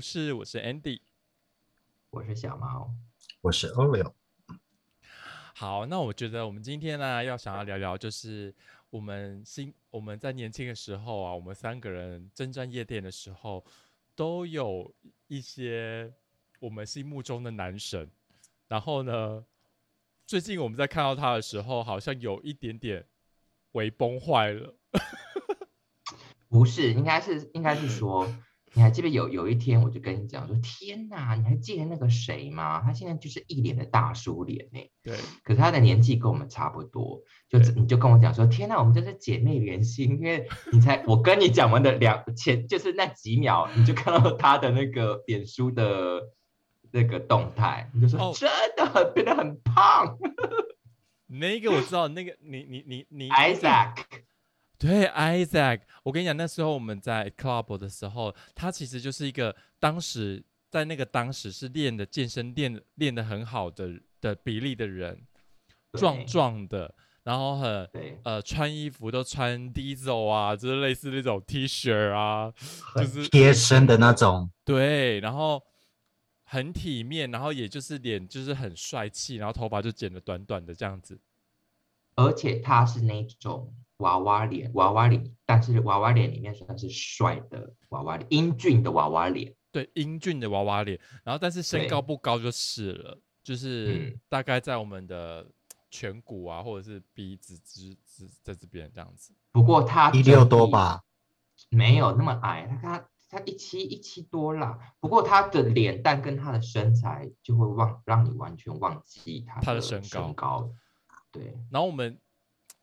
事，我是 Andy。我是小毛。我是 Oreo。好，那我觉得我们今天呢、要想要聊聊，就是我们新我们在年轻的时候啊，我们三个人征战夜店的时候，都有一些我们心目中的男神。然后呢，最近我们在看到他的时候，好像有一点点微崩坏了。不是，应该是嗯应该是说，你还记得有有一天我就跟你讲说，天哪，你还记得那个谁吗？他现在就是一脸的大叔脸呢、对，可是他的年纪跟我们差不多，就对你就跟我讲说，天哪，我们这是姐妹连心，因为你才我跟你讲完的两前就是那几秒，你就看到他的那个脸书的那个动态，你就说、哦真的很变得很胖那个我知道，那个你你你你，Isaac，对，Isaac，我跟你讲，那时候我们在 club 的时候，他其实就是一个当时在那个当时是练的健身练练的很好的的比例的人，壮对壮的，然后很对，呃穿衣服都穿 Diesel 啊，就是类似那种 T 恤啊，就很是贴身的那种，对，然后很体面，然后也就是脸就是很帅气，然后头发就剪得短短的这样子。而且他是那种娃娃脸，娃娃脸，但是娃娃脸里面算是帅的娃娃脸，英俊的娃娃脸，对，英俊的娃娃脸，然后但是身对高不高就是了，就是嗯大概在我们的颧骨啊，或者是鼻子之之在这边这样子。不过他啊一六整多体吧，没有那么矮，他他他一七一七多啦。不过他的脸蛋跟他的身材就会忘让你完全忘记他他的身的高高对，然后我们，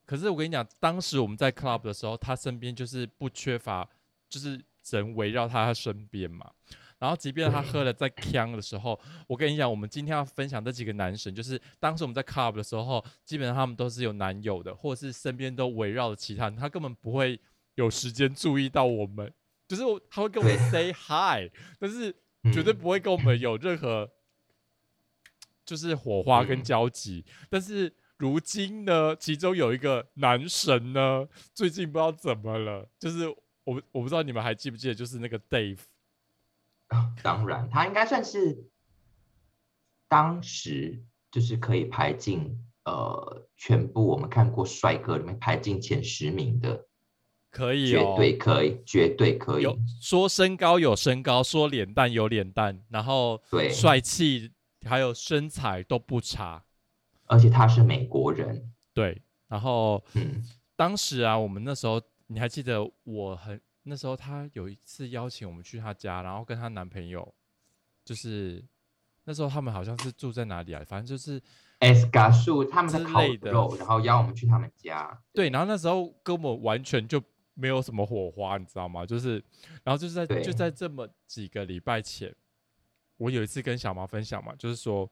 可是我跟你讲，当时我们在 club 的时候，他身边就是不缺乏，就是人围绕他身边嘛。然后，即便他喝了再呛的时候，我跟你讲，我们今天要分享这几个男神，就是当时我们在 club 的时候，基本上他们都是有男友的，或者是身边都围绕着其他人，他根本不会有时间注意到我们，就是我他会跟我们 say hi，但是绝对嗯不会跟我们有任何就是火花跟嗯交集。但是如今呢，其中有一个男神呢，最近不知道怎么了，就是我不我不知道你们还记不记得，就是那个 Dave，啊当然他应该算是当时就是可以排进呃全部我们看过帅哥里面排进前十名的，可以绝哦，对可以，绝对可以，有说身高有身高，说脸蛋有脸蛋，然后对帅气还有身材都不差，而且他是美国人，对，然后嗯，当时啊，我们那时候你还记得我很那时候她有一次邀请我们去她家，然后跟她男朋友，就是那时候他们好像是住在哪里啊，反正就是。 S 嘎树他们在之烤类的肉，然后邀我们去他们家，对，然后那时候跟我完全就没有什么火花，你知道吗？就是，然后就是在就对在这么几个礼拜前，我有一次跟小毛分享嘛，就是说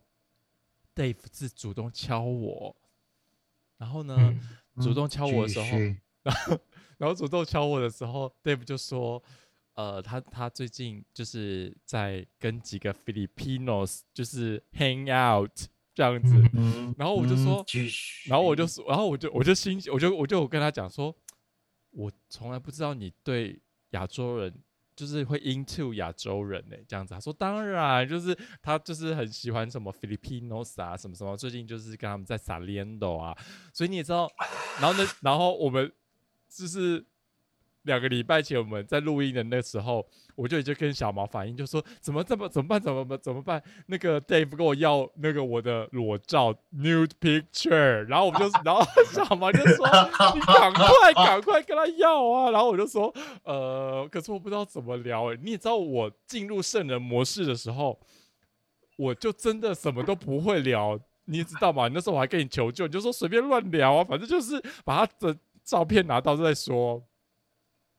，Dave 是主动敲我，然后呢，嗯，主嗯动敲我的继时候，续然后 然后主动敲我的时候，Dave 就说，呃，他他最近就是在跟几个 Filipinos 就是 hang out 这样子，嗯然后我就说嗯继续然后我就说，然后我就我就心，我就我就有跟他讲说，我从来不知道你对亚洲人就是会 into 亚洲人呢、这样子。他说当然，就是他就是很喜欢什么 Filipinos 啊，什么什么，最近就是跟他们在 Saliendo 啊，所以你也知道，然后呢，然后我们就是两个礼拜前我们在录音的那时候，我就已经跟小毛反映，就说怎么怎么怎么办怎么办怎么办？那个 Dave 跟我要那个我的裸照 nude picture，然后我们就然后小毛就说你赶快赶快跟他要啊，然后我就说呃，可是我不知道怎么聊、欸，你也知道我进入圣人模式的时候，我就真的什么都不会聊，你也知道吗？那 时候我还跟你求救，你就说随便乱聊啊，反正就是把他的照片拿到再说。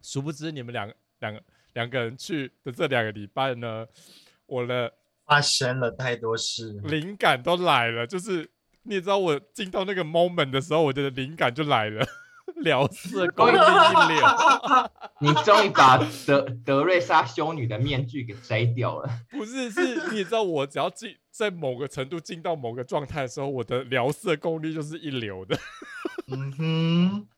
殊不知你们两个两个两个人去的这两个礼拜呢，我的发生了太多事，灵感都来了，就是你也知道，我进到那个 moment 的时候，我的灵感就来了， 聊色功力一流，你终于把德德瑞莎修女的面具给摘掉了，不是是，你也知道，我只要进在某个程度进到某个状态的时候，我的聊色功力就是一流的， 嗯哼，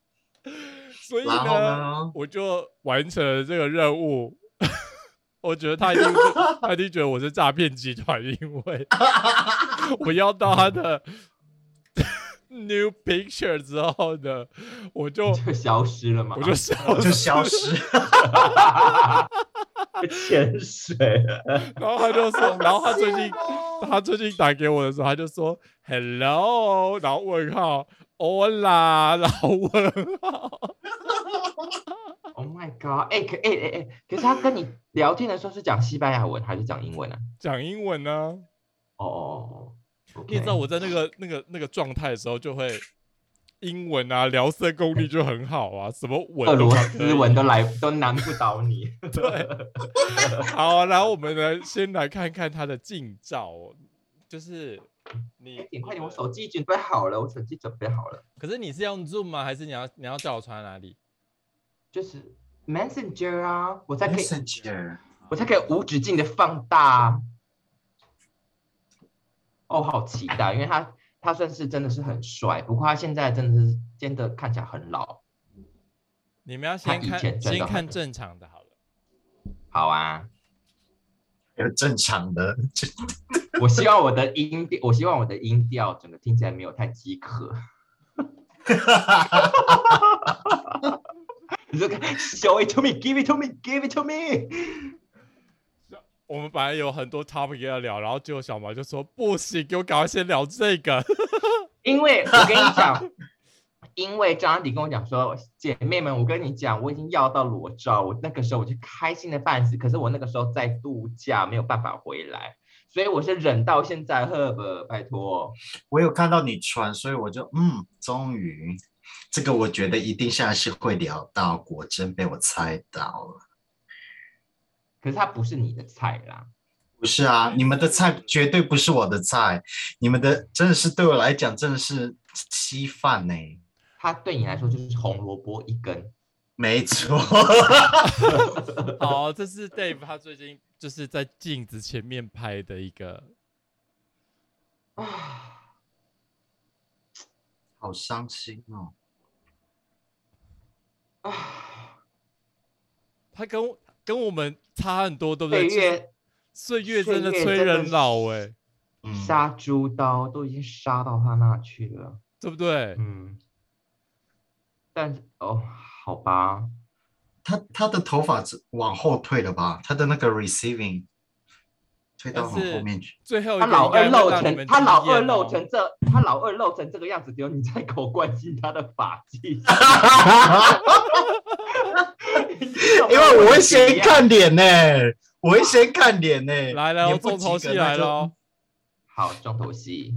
所以然后呢我就完成了这个任务。 我觉得他一定是他一定觉得我是诈骗集团，因为我要到他的 new picture 之后呢，我就就消失了嘛，我就笑我就 消失。潜水了。然后他就说，然后他最近他最近打给我的时候，他就说 hello，然后问号，hola，然后问号， Oh my god！哎、可哎哎哎，可是他跟你聊天的时候是讲西班牙文还是讲英文啊？讲英文呢、哦哦哦，你也知道我在那个那个那个状态的时候，就会英文啊，聊色功力就很好啊，什么文俄都罗讲可以斯文都来都难不倒你。 对，好，啊然后我们呢，先来看看他的近照、哦，就是你快哎点快点，我手机准备好了，我手机准备好了，可是你是用 Zoom 吗？还是你要你要叫我传哪里？就是 Messenger 啊，我才可以 Messenger，我才可以无止境的放大啊。哦，好期待，因为他他算是真的是很帅，不过他现在真的是真的看起来很老。你们要他先以前看真的先很看多正常的好了。好啊，有正常的，这我希望我的音调，我希望我的音调整个听起来没有太饥渴。 你这个 show it to me, give it to me, give it to me。我们本来有很多 topic 要聊，然后结果小毛就说不行，给我赶快先聊这个。 因为我跟你讲，因为张安迪跟我讲说，姐妹们，我跟你讲，我已经要到裸照，我那个时候我就开心的半死，可是我那个时候在度假，没有办法回来，所以我是忍到现在，呵吧，拜托。我有看到你传，所以我就嗯，终于，这个我觉得一定下次会聊到，果真被我猜到了。可是它不是你的菜啦，不是啊，你们的菜绝对不是我的菜，你们的真的是对我来讲真的是稀饭呢、它对你来说就是红萝卜一根。没 错，好，这是 Dave 他最近就是在镜子前面拍的一个，啊，好伤心哦。啊他跟我跟我们差很多，对不岁对？其实月岁月真的岁月催真的人老哎、嗯，杀猪刀都已经杀到他那去了。对不对？嗯，但是哦，好吧，他他的头发是往后退了吧？他的那个 receiving 退到但是往后面去，最后一他个老应该二会露让你成，们他老惊艳二露哦成这，他老二露成这个样子，只有你才够关心他的发 际 因为我会先，啊看脸呢、我会先看脸呢、来了哦，脸不重头及戏格来了那哦就。好重头 戏。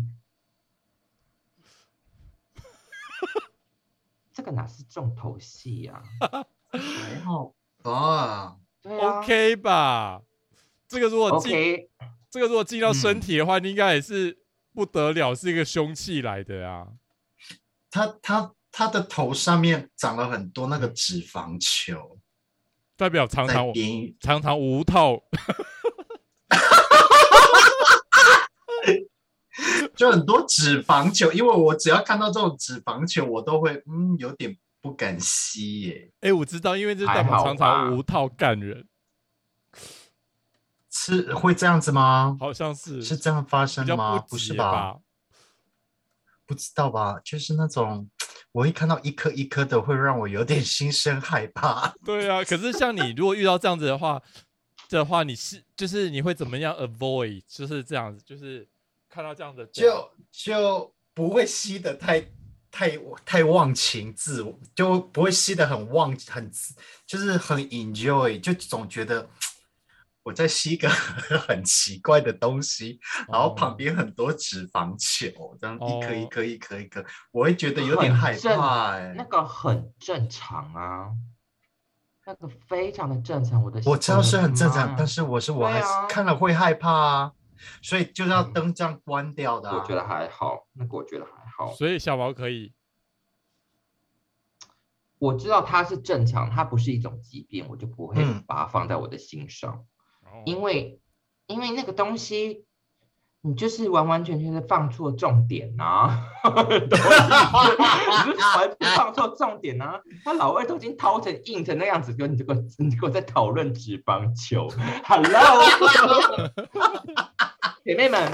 这个哪是重头戏呀、啊？还好吧？对啊 OK 吧？这个如果进 OK，这个如果进到身嗯体的话，应该也是不得了，是一个凶器来的啊。他他他的头上面长了很多那个脂肪球，代表常在常边常常无套， 就很多脂肪球，因为我只要看到这种脂肪球，我都会嗯有点不敢吸耶。哎、我知道，因为这代还表好常吧常无套干人，是会这样子吗？好像是是这样发生比较吗？不不是解吧？？不知道吧？就是那种我会看到一颗一颗的，会让我有点心生害怕。 对啊，可是像你如果遇到这样子的话，的话你是就是你会怎么样 avoid？就是这样子，就是看到这样的就就不会吸的太太太忘情自我，就不会吸的很忘很自就是很 enjoy，就总觉得我在吸一个 很奇怪的东西，然哦后旁边很多脂肪球，这样一颗一哦颗一颗一颗，我会觉得有点很害正怕哎、那个很正常啊，那个非常的正常。我的我知道是很正常，妈但是我是我嗯对还是啊看了会害怕啊，所以就是要嗯灯这样关掉的、啊。我觉得还好，那个我觉得还好。哦所以小毛可以我知道它是正常，它不是一种疾病，我就不会嗯把它放在我的心上，因为因为那个东西，你就是完完全全的放错重点 啊！都是你就是 完全放错重点啊！他老二都已经掏成硬成那样子，跟你这个你给我在讨论脂肪球，Hello，姐妹们，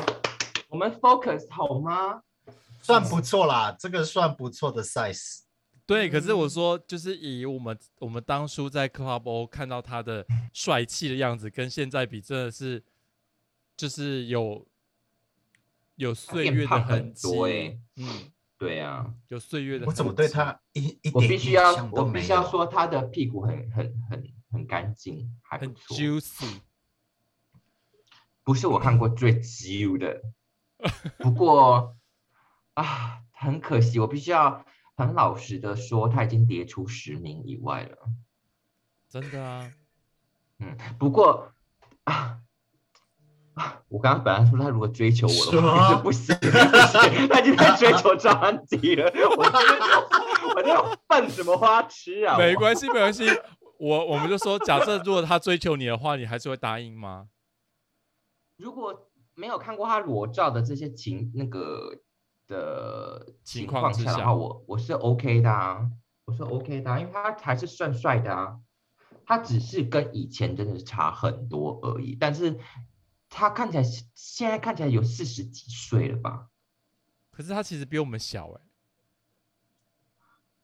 我们 focus 好吗？ 算不错啦，这个算不错的 size。对，可是我嗯说，就是以我们我们当初在 Club O 看到他的帅气的样子，跟现在比，真的是就是有有岁变月的胖很痕迹多欸，嗯，对啊，有岁月的痕迹。我怎么对他一一我点必须印要象我都必没须要有？说他的屁股很很很很干净，还不很错， juicy？不是我看过最 Q 的，不过啊，很可惜，我必须要很老实的说，他已经跌出十名以外了。真的啊，嗯，不过啊啊，我刚刚本来说他如果追求我的话，什就么不行，不行，他已经在追求张安迪了，我这我这犯什么花痴 啊？没我关系，没关系。我我们就说，假设如果他追求你的话，你还是会答应吗？如果没有看过他裸照的这些情那个的情情况况之下的下话，我我是 OK 的啊，我是 OK 的、啊，因为他还是算帅的啊，他只是跟以前真的是差很多而已，但是他看起来是现在看起来有四十几岁了吧？可是他其实比我们小哎、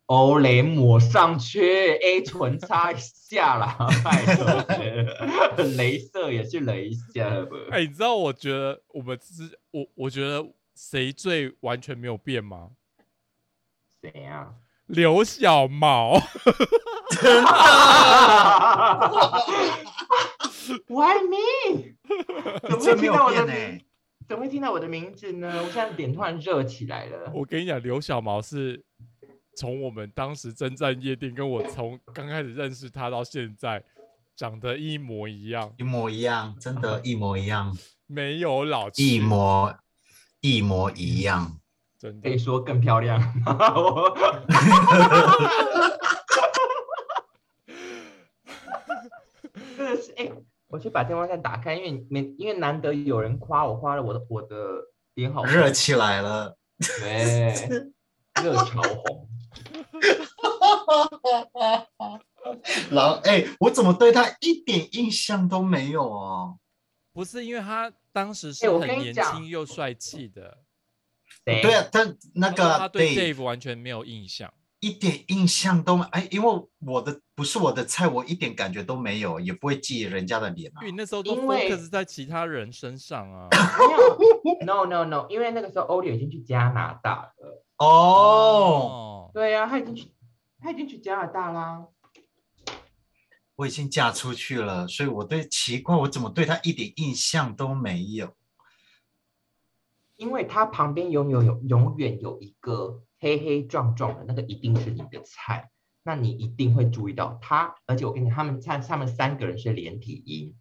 欧蕾抹上去，A 唇擦一下啦，拜 托， 镭射也去镭一下了吧？哎、你知道我觉得我们之我我觉得谁最完全没有变吗？怎样？刘小毛。 Why me？怎么会真没听到有欸我的变呢、名？怎么会听到我的名字呢？我现在脸突然热起来了。我跟你讲，刘小毛是从我们当时征战夜店，跟我从刚开始认识他到现在，长得一模一样，一模一样，真嗯的，一模一样，没有老气，一模一模一样。真可的以。说更漂亮。我 真的是哎、我去把电风扇打开，因为没因为难得有人夸我，夸了我的我的脸好热起来了，对，热潮红。然后哎、我怎么对他一点印象都没有哦？不是因为他当时是哎我很跟你年讲轻又帅气的，对对啊，但那哎他说他个对对 Dave 完全没有印象。一点印象都没哎，因为我的不是我的菜，我一点感觉都没有，也不会记人家的脸啊因为。你那时候都因为 focus 在其他人身上啊，没有，no no no，因为那个时候欧丽已经去加拿大了。哦，，对呀、啊，他已经去，他已经去加拿大啦。我已经嫁出去了，所以我对奇怪，我怎么对他一点印象都没有？因为他旁边永远有永远有一个黑黑壮壮的，那个一定是你的菜，那你一定会注意到他。而且我跟你，他们他他们三个人是连体婴，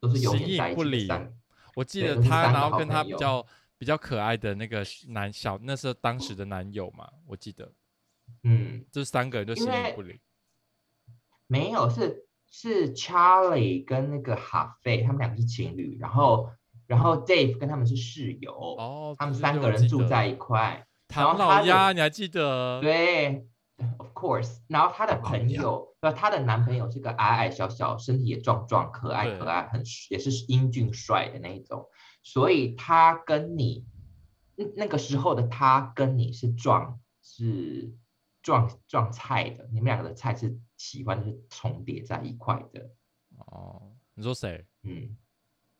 都是永形远在影一不起的离三。我记对得都是他，三个然后好跟他朋比友较比较可爱的那个男小，那时候当时的男友嘛，我记得嗯，这三个人就因形影为不离。没有，是是 Charlie 跟那个哈菲，他们两个是情侣，然后然后 Dave 跟他们是室友，哦，他们对三对个我人记住得在一块。然唐后他老的鸭，你还记得？对，of course。然后她的好朋呀友，呃，她的男朋友是个矮矮小小，身体也壮壮，可爱对可爱，很也是英俊帅的那一种。所以他跟你，嗯那个时候的他跟你是撞是撞撞菜的，你们两个的菜是喜欢是重叠在一块的。哦，你说谁？嗯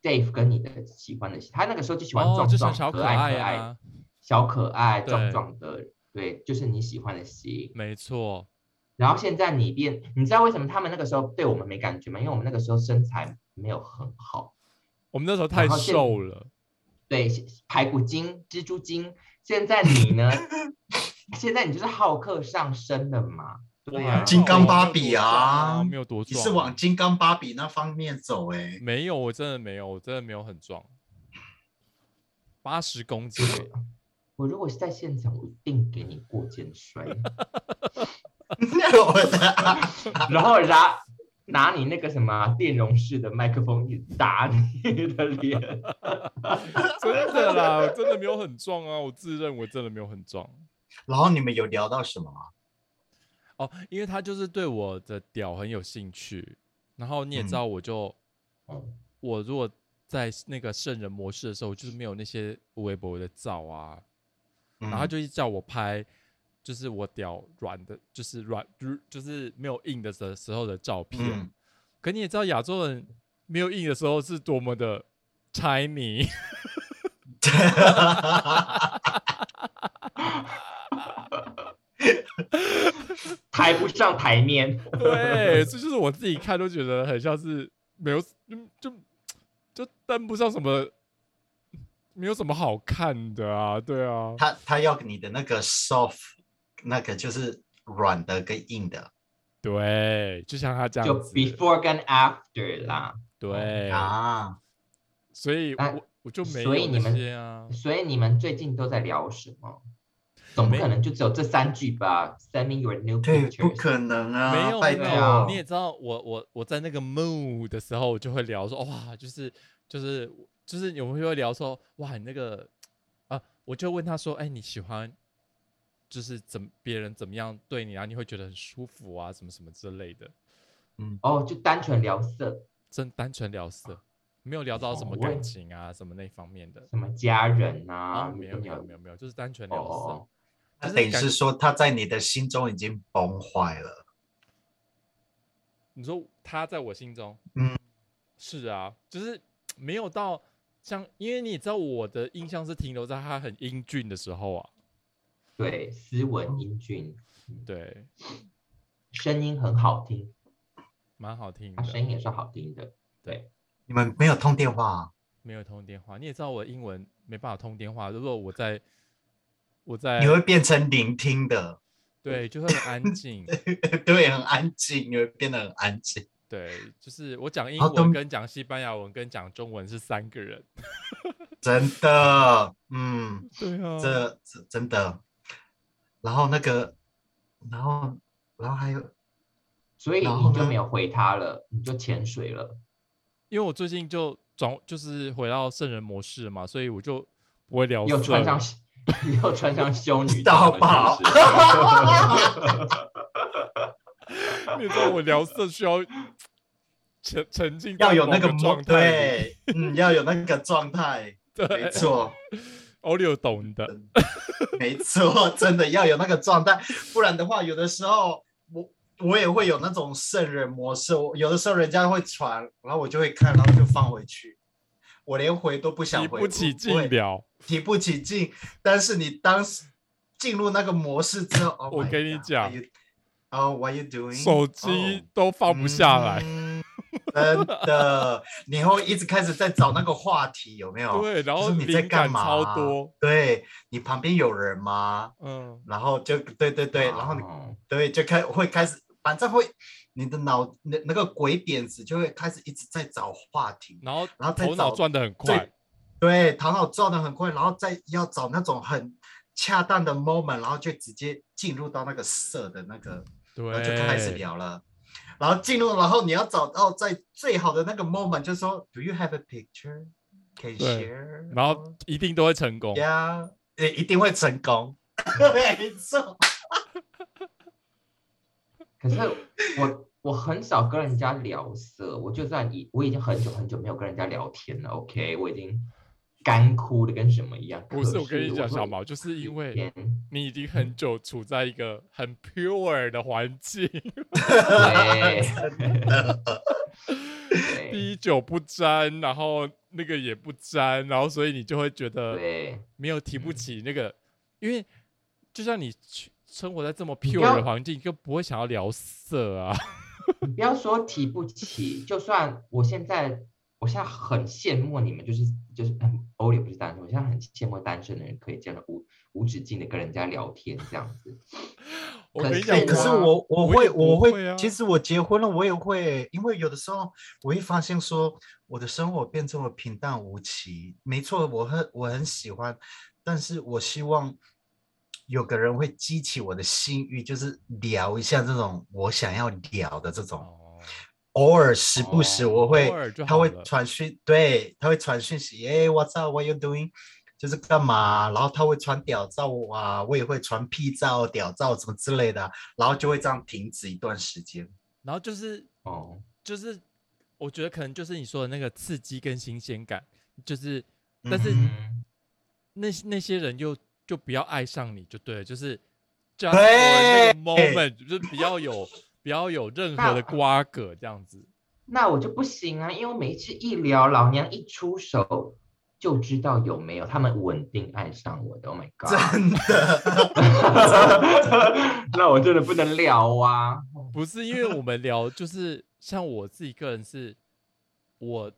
，Dave 跟你的喜欢的，他那个时候就喜欢哦，壮就壮、是小可爱爱可爱、啊，小可爱、对壮壮的，对，就是你喜欢的型。没错，然后现在你变，你知道为什么他们那个时候对我们没感觉吗？因为我们那个时候身材没有很好，我们那时候太然后现瘦了，对，排骨精、蜘蛛精。现在你呢？现在你就是好客上身了嘛？对啊呀、哇金刚芭我比没有多壮没有多啊你壮啊，是往金刚芭比那方面走哎、 没有，我真的没有，我真的没有很壮，八十公斤欸，我如果是在现场，我一定给你过肩摔，我的啊然后拿拿你那个啊什么电容式的麦克风一直打你的脸。 真的啦，我真的没有很壮啊，我自认为真的没有很壮然后你们有聊到什么吗？哦，因为他就是对我的屌很有兴趣，然后你也知嗯道，我就、嗯我如果在那个圣人模式的时候，就是没有那些微博的照啊，然然后嗯他就一直叫我拍，就是我屌软的，就是软，就是没有硬的时时候的照片。嗯，可你也知道，亚洲人没有硬的时候是多么的 tiny， 抬不上台面。 对，这就是我自己看都觉得很像是没有，就就就登不上什么，没有什么好看的啊，对啊，他他要你的那个 soft，那个就是软的跟硬的对，就像他这就样子， before 跟 after 啦，对，啊。所以哎我我就没所以有你那们些啊，所以你们最近都在聊什么？总不没可能就只有这三句吧？Sending your new 对， pictures，不可能啊！没有拜没有，你托，也知道我我我在那个 mood 的时候，我就会聊说哇，就是就是就是有们会聊说哇，你那个啊，我就问他说，哎，你喜欢就是怎么别人怎么样对你啊，你会觉得很舒服啊，什么什么之类的，哦，就单纯聊色，真单纯聊色，没有聊到什么哦我也感情啊，什么那方面的什么家人啊，呐、没有没有没有没有，就是单纯聊哦色。他就是等于感是说他在你的心中已经崩坏了。你说他在我心中，嗯，是啊，就是没有到像，因为你也知道我的印象是停留在他很英俊的时候啊，对，斯哦文英俊，对，声音很好听，蛮好听他声音的，也是好听的。对，你们没有通电话啊？没有通电话，你也知道我英文没办法通电话，如果我在，我在你会变成聆听的， 对就会很安静，对，很安静，你会变得很安静。对，就是我讲英好文懂跟讲西班牙文跟讲中文是三个 人，真的，嗯，对啊，这这真的。然后那个，然后然后还有，所以然后你就呢没有回他了，你就潜水了。因为我最近就转就是回到圣人模式嘛，所以我就不会聊又色哦穿了上，又穿上修 女到装了爆是不是你知道我聊色需要 沉沉浸在 要有那某个个状态里，对，嗯，要有那个状态， 没对，错，欧六懂的，没错，真的要有那个状态，不然的话，有的时候我我也会有那种圣人模式，我有的时候人家会传，然后我就会看，然后就放回去，我连回都不想提回，不起我劲会聊。提不起劲，但是你当时进入那个模式之后，oh、我跟你讲哦、oh,，What you doing？手机都放不下来，哦嗯真的，你会一直开始在找那个话题，有没 有？对，然嗯哦就后是你在灵干感嘛、啊超多，，对你旁边有人吗？嗯，然后就对对对，啊然后你哦对就开会开始，反正会你的脑那那个鬼点子就会开始一直在找话题，然后然后再头脑找转的很快，对，头脑转的很快，然后再要找那种很恰当的 moment，然后就直接进入到那个色的那个，然后就开始对，聊了。然后进入，然后你要找到在最好的那个 moment，就说 Do you have a picture? 对 Can share？然后一定都会成功。呀，对，啊一定会成功。 嗯没错，可是我我很少跟人家聊色，我就算已我已经很久很久没有跟人家聊天了，OK，我已经干枯的跟什么一样。不可是我跟你讲，说小毛，就是以因为 前你已经很久处在一个很 pure 的环境，对 对滴酒不沾，然后那个也不沾，然后所以你就会觉得对，没有提不起那个，因为就像你去生活在这么要 pure 的环境，就不会想要聊色啊。 你不要说提不起，就算我现在，我现在很羡慕你们，就是就是，嗯，欧也不是单身，我现在很羡慕单身的人可以这样无无止境的跟人家聊天这样子。我可跟你是讲，对哎可是啊我我我也会我不会啊其实我结婚了，我也会，因为有的时候我会发现说我的生活变这么平淡无奇。没错，我很我很喜欢，但是我希望有个人会激起我的心欲，就是聊一下这种我想要聊的这种。哦，偶尔时不时哦我会偶尔就他好会了传讯，对，他会传讯息，哎、w h a t s up？What you doing？就是干嘛，然后他会传屌照啊，我也会传屁照、屌照什么之类的啊，然后就会这样停止一段时间。然后就是哦，就是，我觉得可能就是你说的那个刺激跟新鲜感，就是但是嗯，那些那些人又就不要爱上你就对了，就是就要那哎个 moment，就是不要有不要有任何的瓜葛这样子。那我就不行啊，因为我每一次一聊，老娘一出手就知道有没有他们稳定爱上我的。Oh my god！真的， 那我真的不能聊啊。不是因为我们聊，就是像我自己个人是，我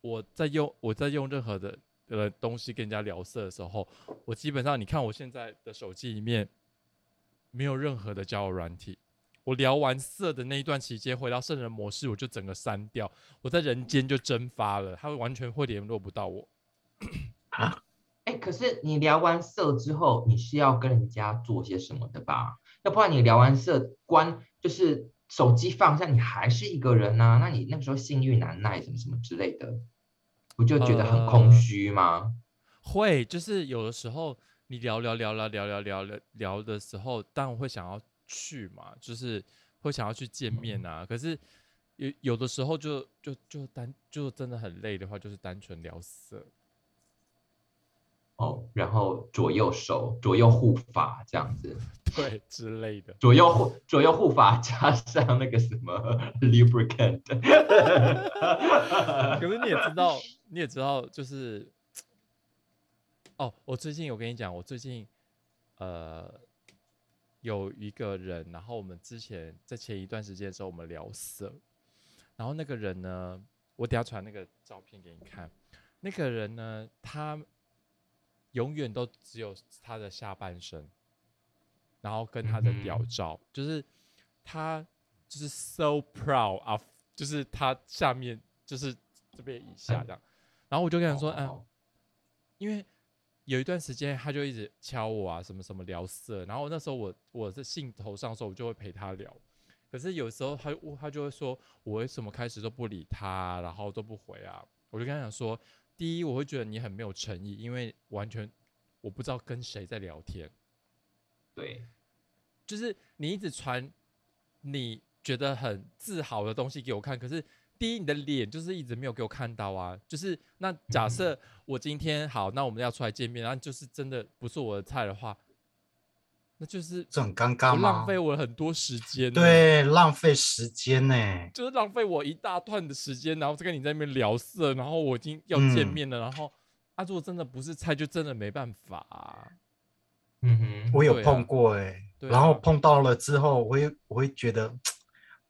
我在用我在用任何的呃东西跟人家聊色的时候，我基本上你看我现在的手机里面没有任何的交友软体。我聊完色的那一段期间，回到圣人模式，我就整个删掉，我在人间就蒸发了，他完全会联络不到我。哎，可是你聊完色之后，你是要跟人家做些什么的吧？要不然你聊完色，关就是手机放下，你还是一个人啊呐、那你那个时候性欲难耐，什么什么之类的，不就觉得很空呃虚吗？会，就是有的时候你聊聊聊聊聊聊聊聊聊的时候，当然会想要去嘛，就是会想要去见面啊。可是有有的时候就就就单就真的很累的话，就是单纯聊色。 哦，然后左右手、左右护法这样子，对之类的，左右护左右护法加上那个什么 lubricant，可是你也知道，你也知道，就是哦，我最近有跟你讲，我最近呃有一个人，然后我们之前在前一段时间的时候，我们聊色，然后那个人呢，我等一下传那个照片给你看，那个人呢，他永远都只有他的下半身，然后跟他的屌嗯哼照，就是他就是 so proud of，就是他下面就是这边以下这样，然后我就跟他说，嗯、嗯哦因为有一段时间他就一直敲我啊，什么什么聊色，然后那时候我我在兴头上的时候，我就会陪他聊。可是有时候他就他就会说，我为什么开始都不理他啊，然后都不回啊？我就跟他讲说，第一，我会觉得你很没有诚意，因为完全我不知道跟谁在聊天，对，就是你一直传你觉得很自豪的东西给我看，可是第一，你的脸就是一直没有给我看到啊。就是那假嗯设我今天好，那我们要出来见面，然后就是真的不是我的菜的话，那就是这很尴尬我吗？浪费我很多时间，，啊对，浪费时间呢、就是浪费我一大段的时间，然后再跟你在那边聊色，然后我已经要见嗯面了，然后啊，如果真的不是菜，就真的没办法啊、嗯哼，我有对啊碰过哎、对然后啊碰到了之后，我会我会觉得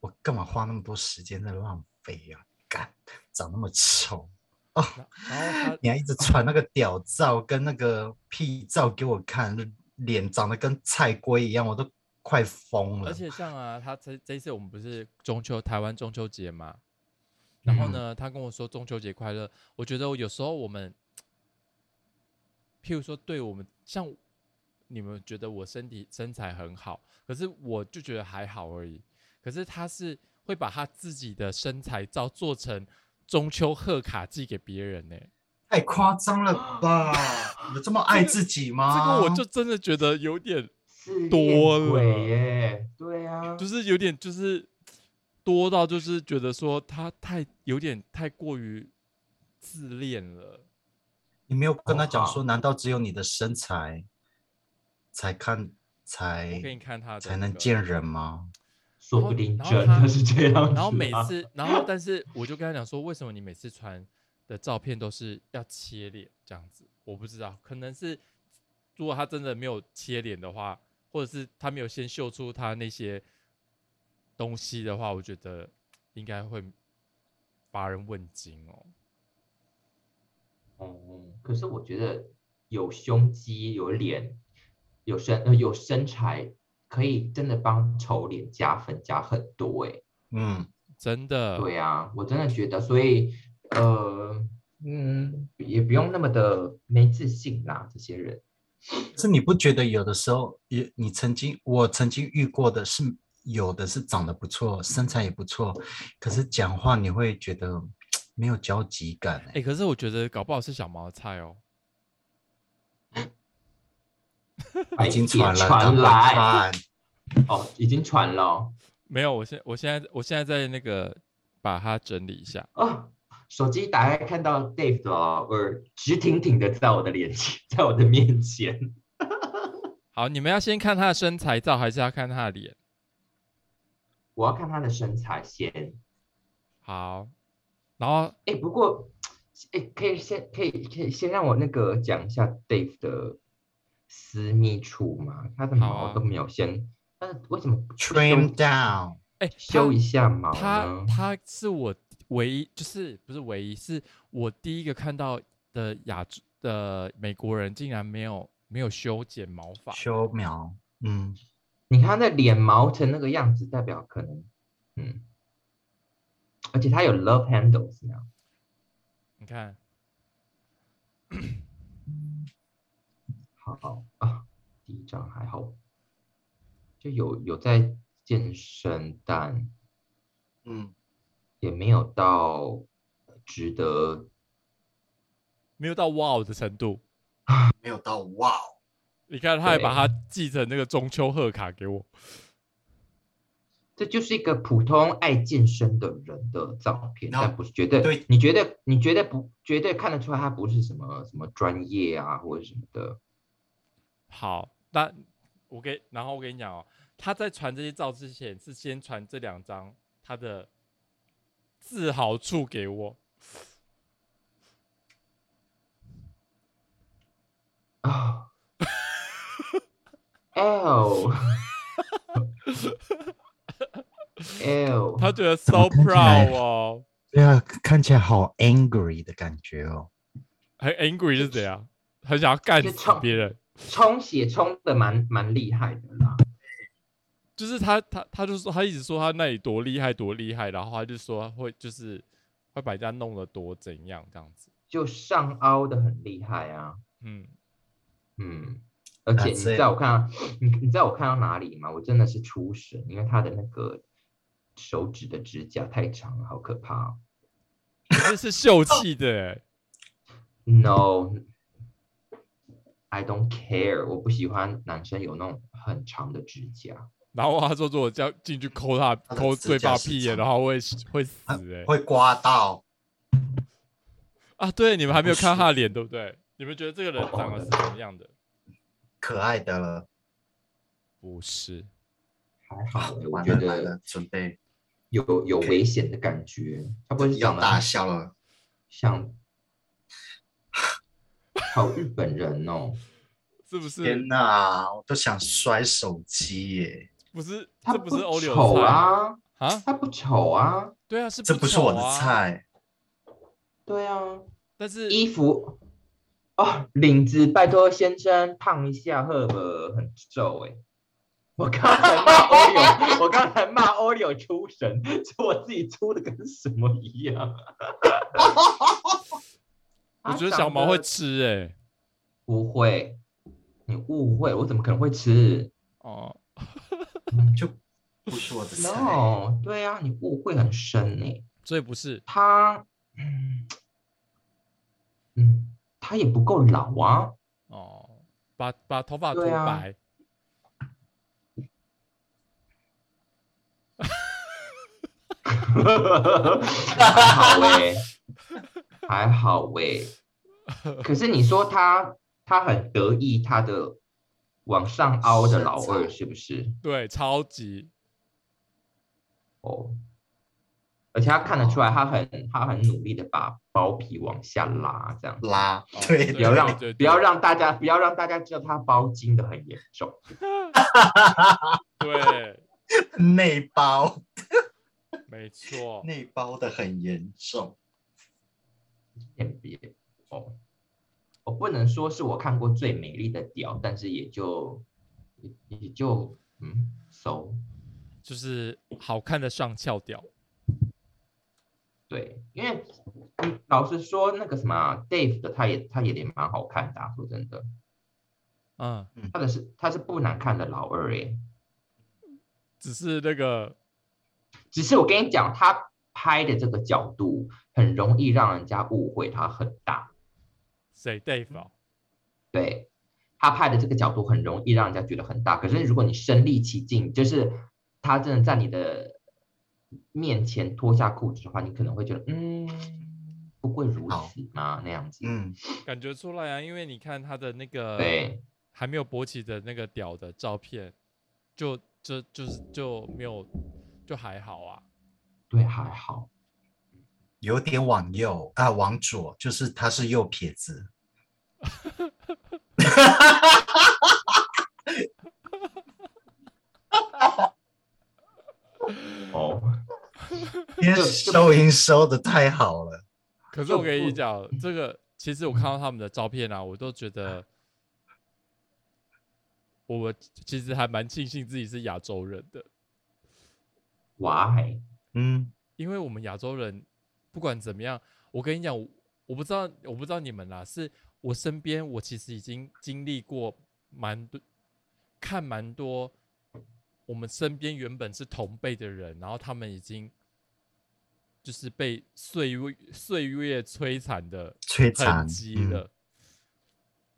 我干嘛花那么多时间在浪费呀、干，长那么丑，然然后你还一直传那个屌照跟那个屁照给我看，脸长得跟菜龟一样，我都快疯他，了。而且像啊，他这这一次我们不是中秋台湾中秋节嘛，然后呢，他跟我说中秋节快乐。我觉得我有时候我们，譬如说，对我们像你们觉得我身体身材很好，可是我就觉得还好而已。可是他是会把他自己的身材照做成中秋贺卡寄给别人呢、太夸张了 吧？有这么爱自己吗？这个我就真的觉得有点，是多了鬼耶，对啊，就是有点就是多到就是觉得说他太有点太过于自恋了。你没有跟他讲哦说，难道只有你的身材才看我才给你看他的哎才那能个见人吗？说然后不定然后真他的是这样、啊然后每，次，然后但是我就跟他讲说，为什么你每次传的照片都是要切脸这样子？我不知道，可能是如果他真的没有切脸的话，或者是他没有先秀出他那些东西的话，我觉得应该会乏人问津哦。哦、可是我觉得有胸肌、有脸、有身、呃、有身材，可以真的帮丑脸加分加很多哎、嗯，真的，对啊，我真的觉得，所以呃，嗯，也不用那么的没自信啦，这些人。是你不觉得有的时候也你曾经我曾经遇过的是有的是长得不错，身材也不错，可是讲话你会觉得没有交集感、哎、欸。可是我觉得搞不好是小毛菜哦。哎已经也传了，传赶快来看哦，已经传了哦没有，我现我现在我现在在那个把它整理一下。哦。手机打开看到 Dave 的老二直挺挺的在我的脸前，在我的面前。好，你们要先看他的身材照，还是要看他的脸？我要看他的身材先，好，然后哎，不过，哎，可以先可以可以先让我那个讲一下 Dave 的私密处嘛？他的好毛啊都没有先，但是为什么不修 trim down，哎、修一下。下毛他呢？他是我唯一，就是不是唯一，是我第一个看到的亚洲的美国人，竟然没有没有修剪毛发。修苗，嗯，你看他的脸毛成那个样子，代表可能，嗯，而且他有 love handles 那样，你看，好啊，第一张还好，就有有在健身，但嗯，也没有到值得没有到哇、哦的程度。没有到哇哦，你看，他还把对它寄成那个中秋贺卡给我。这就是一个普通爱健身的人的照片，然后但不是绝对，对你觉得你觉得不绝对看得出来他不是什么什么专业啊或者什么的，好，那我给，然后我跟你讲哦，他在传这些照之前是先传这两张他的自豪处给我。 啊、l L，他觉得怎么 so 看起来 proud 哦，对啊，看起来好 angry 的感觉哦，很 angry 是怎样？很想要干就死冲别人。充血充的蛮蛮厉害的啦，就是他他他就说他一直说他那里多厉害多厉害，然后他就说会就是会把人家弄得多怎样这样子。就上凹的很厉害啊，嗯，嗯，而且你 That's 知 it 道我看到 你你知道我看到哪里吗？我真的是出神，因为他的那个手指的指甲太长了，好可怕哦、这是秀气的、欸， No，I don't care，我不喜欢男生有那种很长的指甲。然后他说如果叫进去抠他嗯他的抠指对甲方是屁眼，长然后会会死啊哎、会刮到，啊！对，你们还没有不看是他的脸对不对？你们觉得这个人长得是什么样的？可爱的了，不是，还好欸、我完觉了完了得，准备有有危险的感觉。他不会是要长大得笑了，像好日本人哦？ 是不是天？哪，我都想摔手机耶，不是，他这不是欧柳丑菜啊，啊？他不丑啊，对啊，是这不是我丑的啊，菜，对啊，但是衣服哦，领子，拜托先生烫一下，赫尔很皱哎、我刚才骂欧 柳，我刚才骂欧柳出神，是我自己出的跟什么一样。我觉他得长小毛会得吃哎、不会，你误会，我怎么可能会吃哦，嗯就不是我的菜， ？No，对啊，你误会很深呢、所以不是他，嗯嗯，他也不够老啊。哦，把把头发涂对啊白。还好喂、还好喂、可是你说他他很得意他的往上凹的老二身材是不是？对，超级哦，而且他看得出来他很他很努力的把包皮往下拉，这样子拉哦，对，不不要对让对不要让大家不要让大家知道他包茎的很严重。对，内包，没错。内包的很严重，辨别哦。我不能说是我看过最美丽的屌，但是也就也也就嗯，so 就是好看的上翘屌，对，因为嗯老实说，那个什么啊 Dave 的，他也他也脸蛮好看的啊、说真的，嗯，他的是他是不难看的老二欸耶。只是那个只是我跟你讲，他拍的这个角度很容易让人家误会他很大，谁 Dave 啊对，他拍的这个角度很容易让人家觉得很大，可是如果你身临其境，就是他真的在你的面前脱下裤子的话，你可能会觉得，嗯，不过如好此嘛那样子。嗯，感觉出来啊，因为你看他的那个对，还没有勃起的那个屌的照片，就就就是就没有就还好啊。对，还好。有点往右啊，往左，就是他是右撇子。哦，因为收音收的太好了，可是就我跟不你讲，这个其实我看到他们的照片啊，我都觉 得我其实还蛮庆幸自己是亚洲人的， why？嗯，因为我们亚洲人不管怎么样，我跟你讲，我我不知道我不知道你们啦，是我身边我其实已经经历过蛮多，看蛮多我们身边原本是同辈的人，然后他们已经就是被岁月岁月摧残的摧残痕迹嗯了。不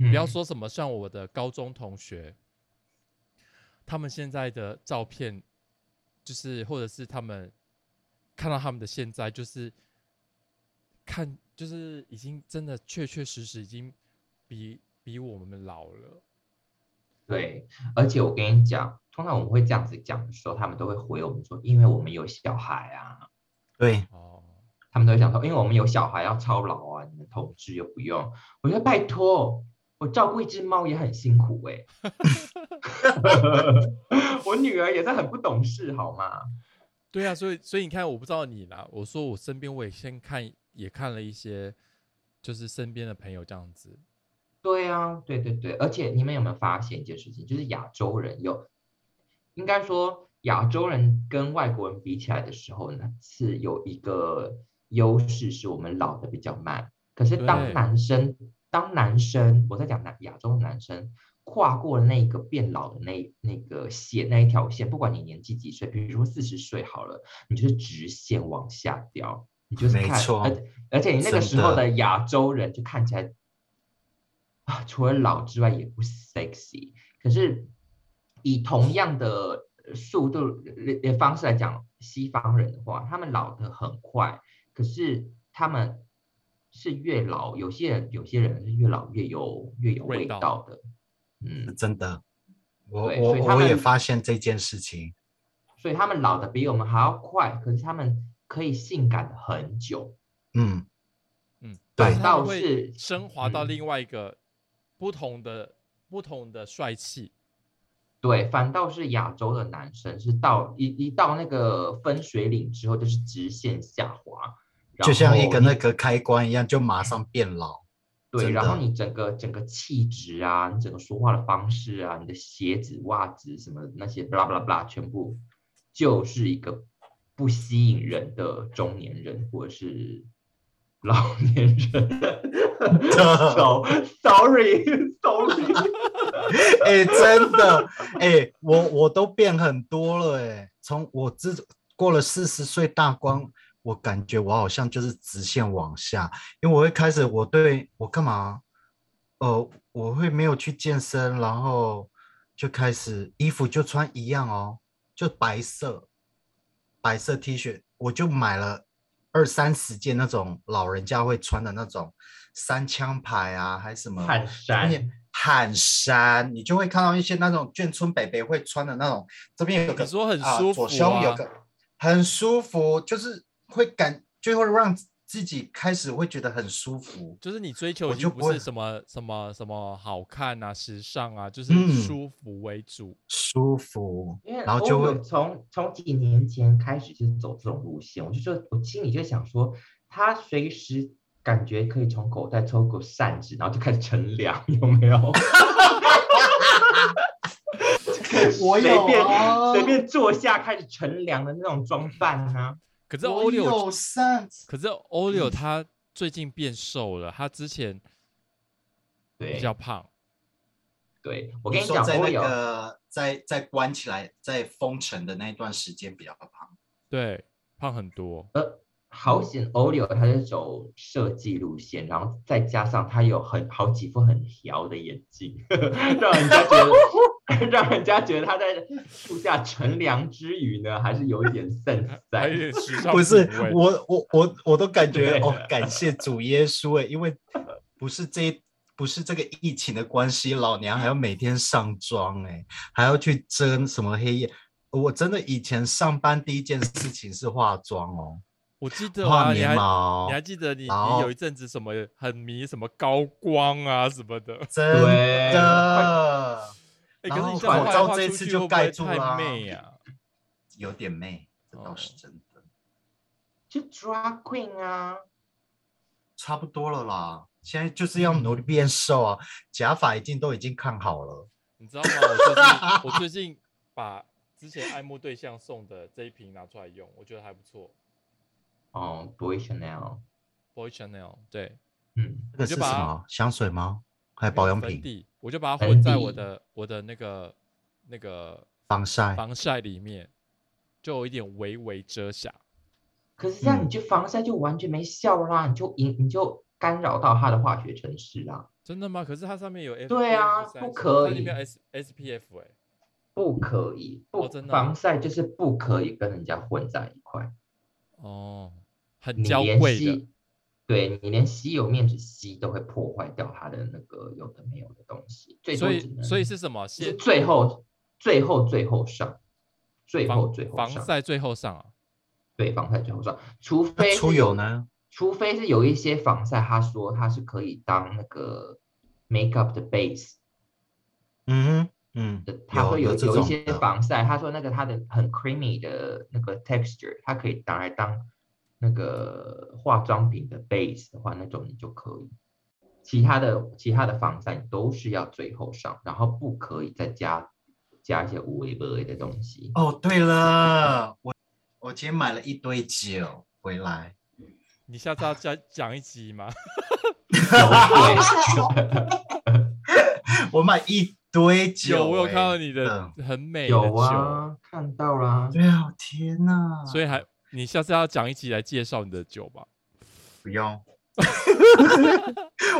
嗯不要说什么像我的高中同学，他们现在的照片，就是或者是他们看到他们的现在，就是看就是已经真的确确实实已经比比我们老了。对，而且我跟你讲，通常我们会这样子讲的时候，他们都会回我们说，因为我们有小孩啊。对，哦，他们都会想说，因为我们有小孩要操劳啊，你们同志又不用。我说拜托，我照顾一只猫也很辛苦哎、 我女儿也是很不懂事好吗？对啊，所以所以你看，我不知道你啦，我说我身边我也先看也看了一些，就是身边的朋友这样子，对啊，对对对，而且你们有没有发现一件事情，就是亚洲人有，应该说亚洲人跟外国人比起来的时候呢，是有一个优势，是我们老的比较慢。可是当对男生，当男生，我在讲男亚洲男生跨过那个变老的那那个线那一条线，不管你年纪几岁，比如说四十岁好了，你就是直线往下掉，你就是没看，呃错而而且你那个真时候的的亚洲人就看起来啊，除了老之外也不 sexy。可是以同样的呃速度呃呃方式来讲，西方人的话，他们老得很快，可是他们是越老，有些人有些人是越老越有越有味味道道的。嗯，真的，我对我所以他我也们发现这件事情，所以他们老的比我们还要快，可是他们可以性感得很久。嗯，嗯，对但是他们倒会是升华到嗯另外一个不同的、不同的帅气。对，反倒是亚洲的男生是到一一到那个分水岭之后，就是直线下滑，然就像一后个你那个开关一样，就马上变老，对，真然后的你整个整个气质啊，你整个说话的方式啊，你的鞋子、袜子什么那些，blah blah blah，全部就是一个不吸引人的中年人或者是 老年人。so sorry sorry，哎、真的，哎、我我都变很多了、哎，从我自过了四十岁大关，我感觉我好像就是直线往下，因为我会开始，我对我干嘛？呃，我会没有去健身，然后就开始衣服就穿一样哦，就白色，白色 T 恤，我就买了二三十件那种老人家会穿的那种三枪牌啊，还什么汗而衫且。汗衫，你就会看到一些那种眷村北北会穿的那种，这边有个你说很啊舒服左啊胸有个很舒服，就是会感就会让自己开始会觉得很舒服。就是你追求已我经就不不会是什么什么什么好看啊、时尚啊，就是嗯舒服为主。舒服因为，然后我就有会从从几年前开始就是走这种路线，我就说，我心里就想说，他随时感觉可以从口袋抽个扇子，然后就开始乘凉， 有没有？ 我随有便啊随便坐下开始乘凉的那种装扮啊，可是我 Olio，有嗯扇子，可是 Olio 他最近变瘦了，他之前比对较胖。对，我跟你说讲，在我那有个在在关起来在封城的那一段时间比较胖，呃对，胖很多。好险 Olio 他是走设计路线，然后再加上他有很好几副很调的眼镜， 让人家觉得 让人家觉得他在树下乘凉之余呢，还是有一点 sense 还有在。点 时尚不是品味我我我我都感对觉哦，感谢主耶稣哎，因为不是这一不是这个疫情的关系，老娘还要每天上妆哎，还要去蒸什么黑夜。我真的以前上班第一件事情是化妆哦，我记得啊，画你眉还毛你还，记得你然后你有一阵子什么很迷什么高光啊什么的，真 对的哎，可然是后你这样口画罩来画这一出次去就会不盖会住太啦媚啊！有点媚，这倒哦是真的，就 drag queen 啊，差不多了啦。现在就是要努力变瘦啊，假发已经都已经看好了，你知道吗？我最近我最近把之前爱慕对象送的这一瓶拿出来用，我觉得还不错。哦，Boy Chanel， Boy Chanel 对，嗯，这个你就是什把么香水吗？还还是保养粉品？底，我就把它粉混在底我的我的那个那个防晒？防晒里面，就有一点微微遮瑕。可是这样嗯你去防晒就完全没效啦，你就影你就干扰到它的化学程式啊，真的吗？可是它上面有 F 对啊不可它里以面 S S P F 哎、不可以，不、哦真的啊防晒就是不可以跟人家混在一块。哦，很你娇连贵的吸，对你连吸油面纸吸都会破坏掉它的那个有的没有的东西，最多所只以能所以是什么？就是先最后最后最后上，最后防最后防上，晒最后上啊，对防晒最后上，除那非出是油？呢？除非是有一些防晒，他说它是可以当那个 makeup 的 base 嗯嗯，的，他说有有这有一种些的防晒，他说那个它的很 creamy 的那个 texture，它可以拿来当那个化妆品的 base 的话，那种你就可以。其他的其他的防晒都是要最后上，然后不可以再加加一些无为不为的东 西。哦，对了，我我今天买了一堆酒回来， 你下次要再讲一集 吗？我买一堆酒、有，我有看到哎你的很 美的欸嗯有酒，啊，看到啦。对啊，天哪！所以还你下次要讲一集来介绍你的酒吧。不用。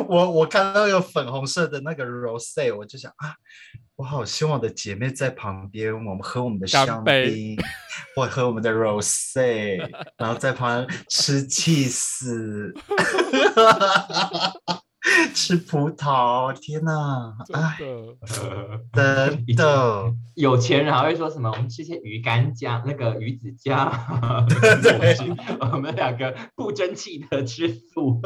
我我看到有粉红色的那个 rose，我就想啊，我好希望我的姐妹在旁边，我们喝我们的干香杯槟，或喝我们的 rose，然后在旁边吃 cheese，吃葡萄，天哪！ 真哎，的，真已经的，有钱人还会说什么？我们吃些鱼干酱，那个鱼子 酱。对我们两个不争气的吃素，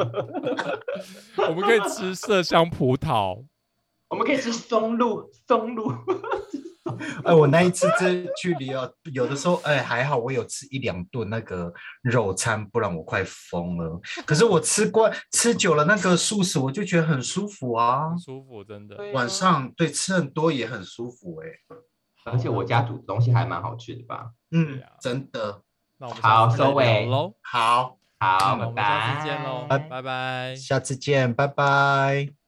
我们可以吃麝香葡萄，我们可以吃松露，松露。哎，我那一次这距离哦，有的时候哎还好，我有吃一两顿那个肉餐，不然我快疯了。可是我吃惯吃久了那个素食，我就觉得很舒服啊很。舒服，真的。对啊晚，上对吃很多也很舒服哎、而且我家煮的东西还蛮好吃的吧？嗯对啊，真的那我们好下次再收尾聊喽，好，嗯好，那我们下拜拜，哎次见喽，拜拜。下次见，拜拜。